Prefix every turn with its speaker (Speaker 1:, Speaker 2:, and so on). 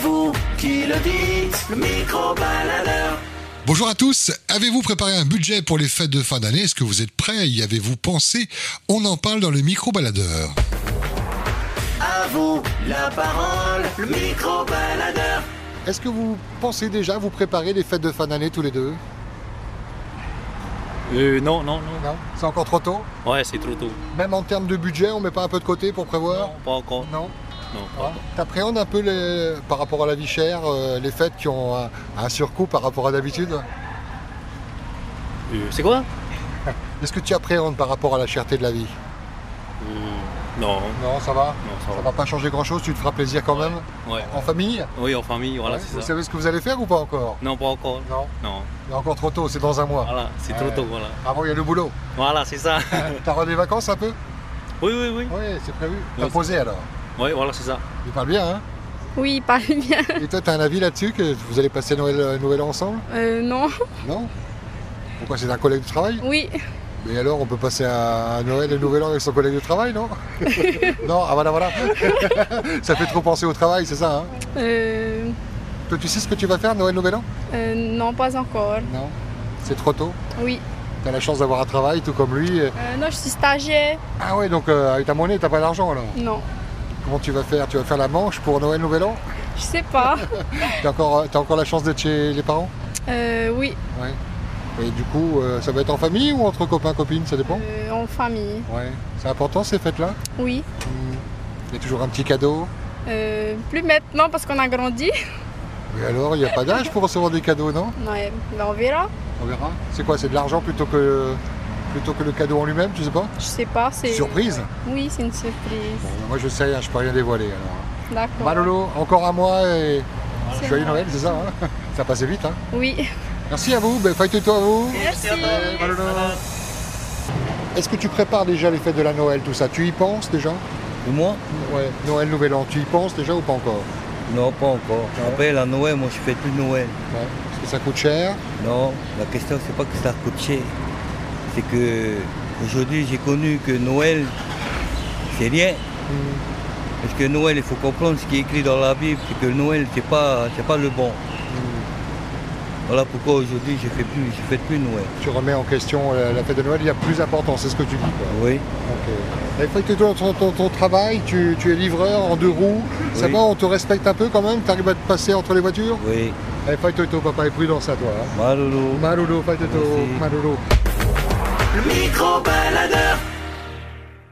Speaker 1: vous qui le dites, le micro-baladeur.
Speaker 2: Bonjour à tous. Avez-vous préparé un budget pour les fêtes de fin d'année Est-ce que vous êtes prêts Y avez-vous pensé On en parle dans le micro-baladeur.
Speaker 1: À vous la parole, le micro-baladeur.
Speaker 2: Est-ce que vous pensez déjà vous préparer les fêtes de fin d'année tous les deux
Speaker 3: Euh, non, non, non.
Speaker 2: Non C'est encore trop tôt
Speaker 3: Ouais, c'est trop tôt.
Speaker 2: Même en termes de budget, on met pas un peu de côté pour prévoir
Speaker 3: Non, pas encore.
Speaker 2: Non
Speaker 3: Non,
Speaker 2: Ah.
Speaker 3: pas encore.
Speaker 2: T'appréhendes un peu les- par rapport à la vie chère, euh, les fêtes qui ont un, un surcoût par rapport à d'habitude
Speaker 3: Euh, c'est quoi
Speaker 2: Est-ce que tu appréhendes par rapport à la cherté de la vie
Speaker 3: Euh, Non,
Speaker 2: Non, ça va
Speaker 3: non, ça
Speaker 2: Ça
Speaker 3: va.
Speaker 2: va pas changer grand-chose, tu te feras plaisir quand même
Speaker 3: Ouais.
Speaker 2: En famille
Speaker 3: Oui, en famille, voilà,
Speaker 2: Ouais.
Speaker 3: c'est
Speaker 2: Vous
Speaker 3: ça.
Speaker 2: savez ce que vous allez faire ou pas encore
Speaker 3: Non, pas encore.
Speaker 2: Non,
Speaker 3: Non,
Speaker 2: il est encore trop tôt, c'est dans un mois.
Speaker 3: voilà, c'est trop
Speaker 2: Ouais.
Speaker 3: tôt, voilà.
Speaker 2: Avant, il y a le boulot.
Speaker 3: Voilà, c'est ça.
Speaker 2: T'as rendu des vacances un peu
Speaker 3: Oui, oui, oui.
Speaker 2: Oui, c'est prévu. T'as
Speaker 3: Ouais,
Speaker 2: posé alors
Speaker 3: Oui, voilà, c'est ça.
Speaker 2: Il parle bien, hein
Speaker 4: Oui, il parle bien.
Speaker 2: Et toi, t'as un avis là-dessus que vous allez passer Noël, euh, Noël ensemble
Speaker 4: Euh, non.
Speaker 2: Non Pourquoi c'est un collègue de travail
Speaker 4: Oui.
Speaker 2: Mais alors, on peut passer à Noël et Nouvel An avec son collègue de travail, non Non, ah voilà, voilà. ça fait trop penser au travail, c'est ça. Hein
Speaker 4: Euh,
Speaker 2: Toi, tu sais ce que tu vas faire Noël, Nouvel An
Speaker 4: euh, non, pas encore.
Speaker 2: Non. C'est trop tôt.
Speaker 4: Oui.
Speaker 2: T'as la chance d'avoir un travail, tout comme lui.
Speaker 4: Euh, non, je suis stagiaire.
Speaker 2: Ah ouais, donc euh, avec ta monnaie, t'as pas d'argent alors.
Speaker 4: Non.
Speaker 2: Comment tu vas faire Tu vas faire la manche pour Noël, Nouvel An
Speaker 4: Je sais pas.
Speaker 2: T'as encore, euh, t'as encore la chance d'être chez les parents
Speaker 4: Euh, oui.
Speaker 2: Ouais. Et du coup, euh, ça va être en famille ou entre copains, copines, ça dépend
Speaker 4: Euh, en famille.
Speaker 2: Ouais. C'est important ces fêtes-là
Speaker 4: Oui.
Speaker 2: Il y a toujours un petit cadeau.
Speaker 4: Euh, plus maintenant parce qu'on a grandi.
Speaker 2: Mais alors, il n'y a pas d'âge pour recevoir des cadeaux, non
Speaker 4: Ouais, ben on verra.
Speaker 2: On verra. C'est quoi C'est de l'argent plutôt que, plutôt que le cadeau en lui-même, tu sais pas
Speaker 4: Je sais pas. C'est...
Speaker 2: Surprise
Speaker 4: Oui, c'est une surprise.
Speaker 2: Bon, ben, Moi je sais rien, je peux rien dévoiler alors.
Speaker 4: D'accord.
Speaker 2: Malolo, encore un mois et
Speaker 4: C'est
Speaker 2: joyeux
Speaker 4: bon.
Speaker 2: Noël, c'est ça hein Ça a passé vite hein
Speaker 4: Oui.
Speaker 2: Merci à vous, ben, faites-toi à vous
Speaker 4: Merci.
Speaker 2: Ouais, Malolo. Est-ce que tu prépares déjà les fêtes de la Noël, tout ça Tu y penses déjà
Speaker 5: Moi
Speaker 2: Ouais. Noël, Nouvel An, tu y penses déjà ou pas encore
Speaker 5: Non, pas encore. Après, la Noël, moi, je fais plus Noël.
Speaker 2: Ouais. Parce que ça coûte cher.
Speaker 5: Non, la question, c'est pas que ça coûte cher. C'est que aujourd'hui, j'ai connu que Noël, c'est rien. Parce que Noël, il faut comprendre ce qui est écrit dans la Bible, c'est que Noël, c'est pas, c'est pas le bon. Mm. Voilà pourquoi aujourd'hui, je fais plus, je fais plus Noël.
Speaker 2: Tu remets en question euh, la fête de Noël, il y a plus important, c'est ce que tu dis. quoi.
Speaker 5: Oui.
Speaker 2: Ok. Et faites-toi ton, ton, ton travail, tu, tu es livreur en deux roues. Ça
Speaker 5: Oui.
Speaker 2: va, on te respecte un peu quand même, t'arrives à te passer entre les voitures
Speaker 5: Oui.
Speaker 2: Allez, faites-toi, papa est prudent, ça toi. hein.
Speaker 5: Malolo.
Speaker 2: Malolo, faites-toi,
Speaker 5: Merci.
Speaker 2: malolo.
Speaker 1: Le micro-baladeur.